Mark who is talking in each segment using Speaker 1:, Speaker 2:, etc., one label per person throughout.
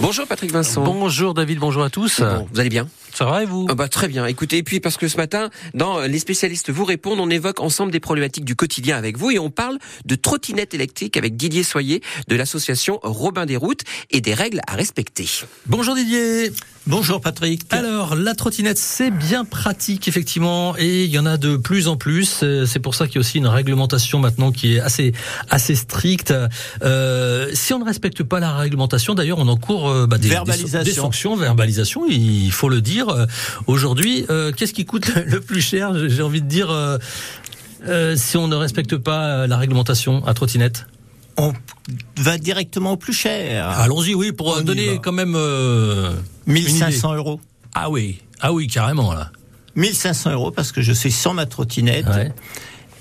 Speaker 1: Bonjour Patrick Vincent.
Speaker 2: Bonjour David, bonjour à tous.
Speaker 1: Bon, vous allez bien
Speaker 2: Ça va et vous
Speaker 1: ah bah, Très bien. Écoutez, et puis parce que ce matin, dans Les spécialistes vous répondent, on évoque ensemble des problématiques du quotidien avec vous et on parle de trottinettes électriques avec Didier Soyer de l'association Robin des Routes et des règles à respecter.
Speaker 2: Bonjour Didier.
Speaker 3: Bonjour Patrick. Alors, la trottinette, c'est bien pratique effectivement et il y en a de plus en plus. Euh, C'est pour ça qu'il y a aussi une réglementation maintenant qui est assez, assez stricte. Euh, si on ne respecte pas la réglementation, d'ailleurs, on encourt euh, bah, des,
Speaker 4: Verbalisation.
Speaker 3: des, des sanctions, verbalisation, il faut le dire. Euh, Aujourd'hui, euh, qu'est-ce qui coûte le plus cher J'ai envie de dire, euh, euh, si on ne respecte pas la réglementation à trottinette.
Speaker 4: On va directement au plus cher.
Speaker 3: Allons-y, oui, pour
Speaker 4: On y
Speaker 3: donner
Speaker 4: va.
Speaker 3: quand même... euh, Ah, une idée.
Speaker 4: 1500 euros.
Speaker 3: Ah oui, ah oui, carrément là.
Speaker 4: 1500 euros parce que je suis sans ma trottinette.
Speaker 3: Ouais.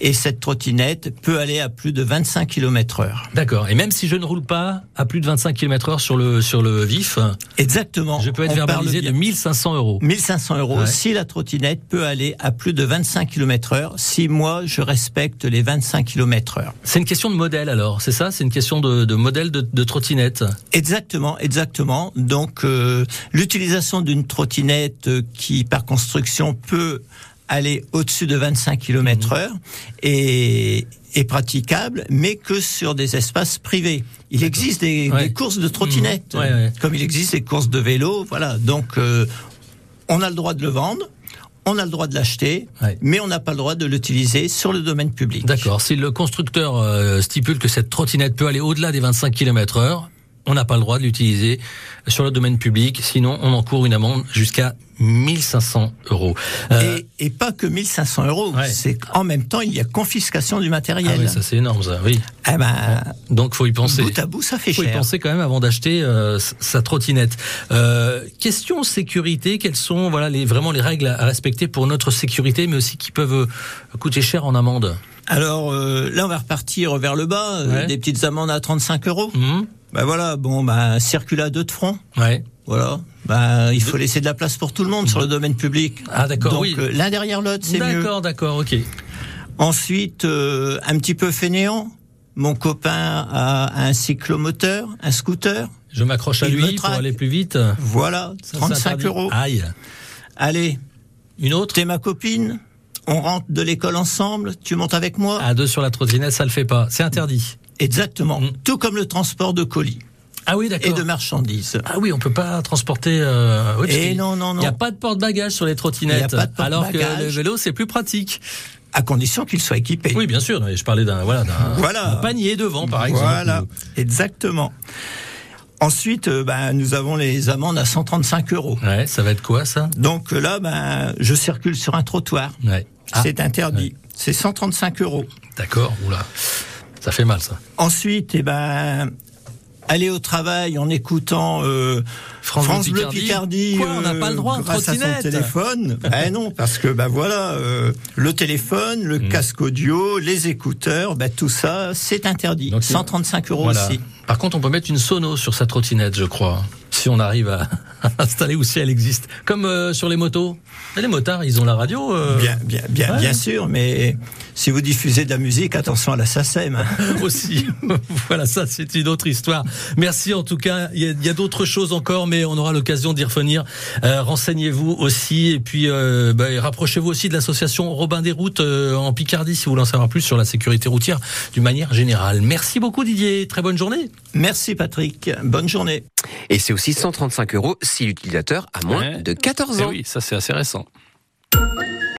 Speaker 4: Et cette trottinette peut aller à plus de 25 km heure.
Speaker 3: D'accord. Et même si je ne roule pas à plus de 25 km/h sur le, sur le vif,
Speaker 4: Exactement.
Speaker 3: je peux être
Speaker 4: On parle
Speaker 3: verbalisé de
Speaker 4: bien.
Speaker 3: 1500 euros.
Speaker 4: 1500 euros
Speaker 3: Ouais.
Speaker 4: si la trottinette peut aller à plus de 25 km heure, si moi je respecte les 25 km heure.
Speaker 3: C'est une question de modèle alors, c'est ça C'est une question de, de modèle de, de trottinette.
Speaker 4: Exactement, exactement. Donc euh, l'utilisation d'une trottinette euh, qui par construction peut aller au-dessus de 25 km
Speaker 3: Mhm.
Speaker 4: heure est, est praticable, mais que sur des espaces privés. Il existe des,
Speaker 3: Ouais.
Speaker 4: des courses de trottinettes,
Speaker 3: Mmh. Ouais, ouais.
Speaker 4: comme il existe des courses de vélo. Voilà, donc euh, on a le droit de le vendre, on a le droit de l'acheter,
Speaker 3: Ouais.
Speaker 4: mais on n'a pas le droit de l'utiliser sur le domaine public.
Speaker 3: D'accord. Si le constructeur euh, stipule que cette trottinette peut aller au-delà des 25 km/h, on n'a pas le droit de l'utiliser sur le domaine public, sinon on encourt une amende jusqu'à 1500 euros. Euh,
Speaker 4: Et, et pas que 1500 euros,
Speaker 3: Ouais.
Speaker 4: c'est qu'en même temps, il y a confiscation du
Speaker 3: ah
Speaker 4: matériel.
Speaker 3: oui, ça c'est énorme ça, oui.
Speaker 4: Eh ben,
Speaker 3: Donc faut y penser.
Speaker 4: bout à bout, ça fait
Speaker 3: faut y
Speaker 4: cher.
Speaker 3: penser quand même avant d'acheter euh, s- sa trottinette. Euh, question sécurité, quelles sont voilà les vraiment les règles à à respecter pour notre sécurité, mais aussi qui peuvent euh, coûter cher en amende.
Speaker 4: Alors euh, là, on va repartir vers le bas, euh,
Speaker 3: Ouais.
Speaker 4: des petites amendes à 35 euros.
Speaker 3: Mhm.
Speaker 4: Ben voilà, bon, ben, circule à deux de front.
Speaker 3: ouais.
Speaker 4: Voilà. Ben, il faut laisser de la place pour tout le monde sur le domaine public.
Speaker 3: Ah, d'accord,
Speaker 4: Donc
Speaker 3: oui.
Speaker 4: euh, l'un derrière l'autre, c'est mieux.
Speaker 3: D'accord, d'accord, ok.
Speaker 4: Ensuite, euh, un petit peu fainéant. Mon copain a un cyclomoteur, un scooter.
Speaker 3: Je m'accroche à
Speaker 4: Il me
Speaker 3: lui pour
Speaker 4: traque.
Speaker 3: aller plus vite.
Speaker 4: Voilà,
Speaker 3: Ça, c'est
Speaker 4: 35
Speaker 3: interdit.
Speaker 4: euros.
Speaker 3: Aïe.
Speaker 4: Allez,
Speaker 3: Une autre
Speaker 4: t'es ma copine. On rentre de l'école ensemble. Tu montes avec moi.
Speaker 3: à deux sur la trottinette, ça le fait pas. C'est interdit.
Speaker 4: Exactement.
Speaker 3: Mm.
Speaker 4: Tout comme le transport de colis
Speaker 3: Ah oui,
Speaker 4: et
Speaker 3: d'accord.
Speaker 4: de marchandises.
Speaker 3: Ah oui, on peut pas transporter. Euh... oui, parce
Speaker 4: Eh
Speaker 3: qu'il-
Speaker 4: non, non,
Speaker 3: Il
Speaker 4: non.
Speaker 3: n'y a pas de porte-bagages sur les trottinettes.
Speaker 4: Il y a pas de
Speaker 3: alors que
Speaker 4: porte-bagages.
Speaker 3: le vélo, c'est plus pratique.
Speaker 4: à condition qu'il soit équipé.
Speaker 3: Oui, bien sûr. mais Je parlais d'un voilà, d'un
Speaker 4: Voilà.
Speaker 3: d'un panier devant, par exemple. Mm.
Speaker 4: voilà, exactement. Ensuite, euh, ben, nous avons les amendes à 135 euros.
Speaker 3: Ouais, ça va être quoi ça
Speaker 4: Donc euh, là, ben, je circule sur un trottoir.
Speaker 3: Ouais. Ah,
Speaker 4: C'est interdit. C'est 135 euros.
Speaker 3: d'accord. Oula, ça fait mal ça.
Speaker 4: Ensuite, eh ben, aller au travail en écoutant euh,
Speaker 3: France
Speaker 4: France,
Speaker 3: Bleu
Speaker 4: Bleu
Speaker 3: Picardie.
Speaker 4: Picardie. euh,
Speaker 3: Quoi, on n'a pas le droit à une
Speaker 4: grâce à son
Speaker 3: trottinette
Speaker 4: téléphone. ben non, parce que ben voilà, euh, le téléphone, le
Speaker 3: Mm.
Speaker 4: casque audio, les écouteurs, ben tout ça, c'est interdit.
Speaker 3: Donc, c'est-
Speaker 4: 135 euros
Speaker 3: Voilà.
Speaker 4: aussi.
Speaker 3: Par contre, on peut mettre une sono sur sa trottinette, je crois, hein, si on arrive à installer ou si elle existe. Comme euh, sur les motos. Et les motards, ils ont la radio. euh,
Speaker 4: Bien, bien, bien,
Speaker 3: ouais.
Speaker 4: bien sûr, mais si vous diffusez de la musique, attention à la SACEM. hein.
Speaker 3: aussi. voilà, ça c'est une autre histoire. Merci en tout cas. Il y a, il y a d'autres choses encore, mais on aura l'occasion d'y revenir. Euh, Renseignez-vous aussi et puis euh, bah, et rapprochez-vous aussi de l'association Robin des Routes euh, en Picardie si vous voulez en savoir plus sur la sécurité routière d'une manière générale. Merci beaucoup Didier. Très bonne journée.
Speaker 4: Merci Patrick, bonne journée.
Speaker 1: Et c'est aussi 135 euros si l'utilisateur a moins
Speaker 5: Ouais.
Speaker 1: de 14 ans.
Speaker 5: Eh oui, ça c'est assez récent.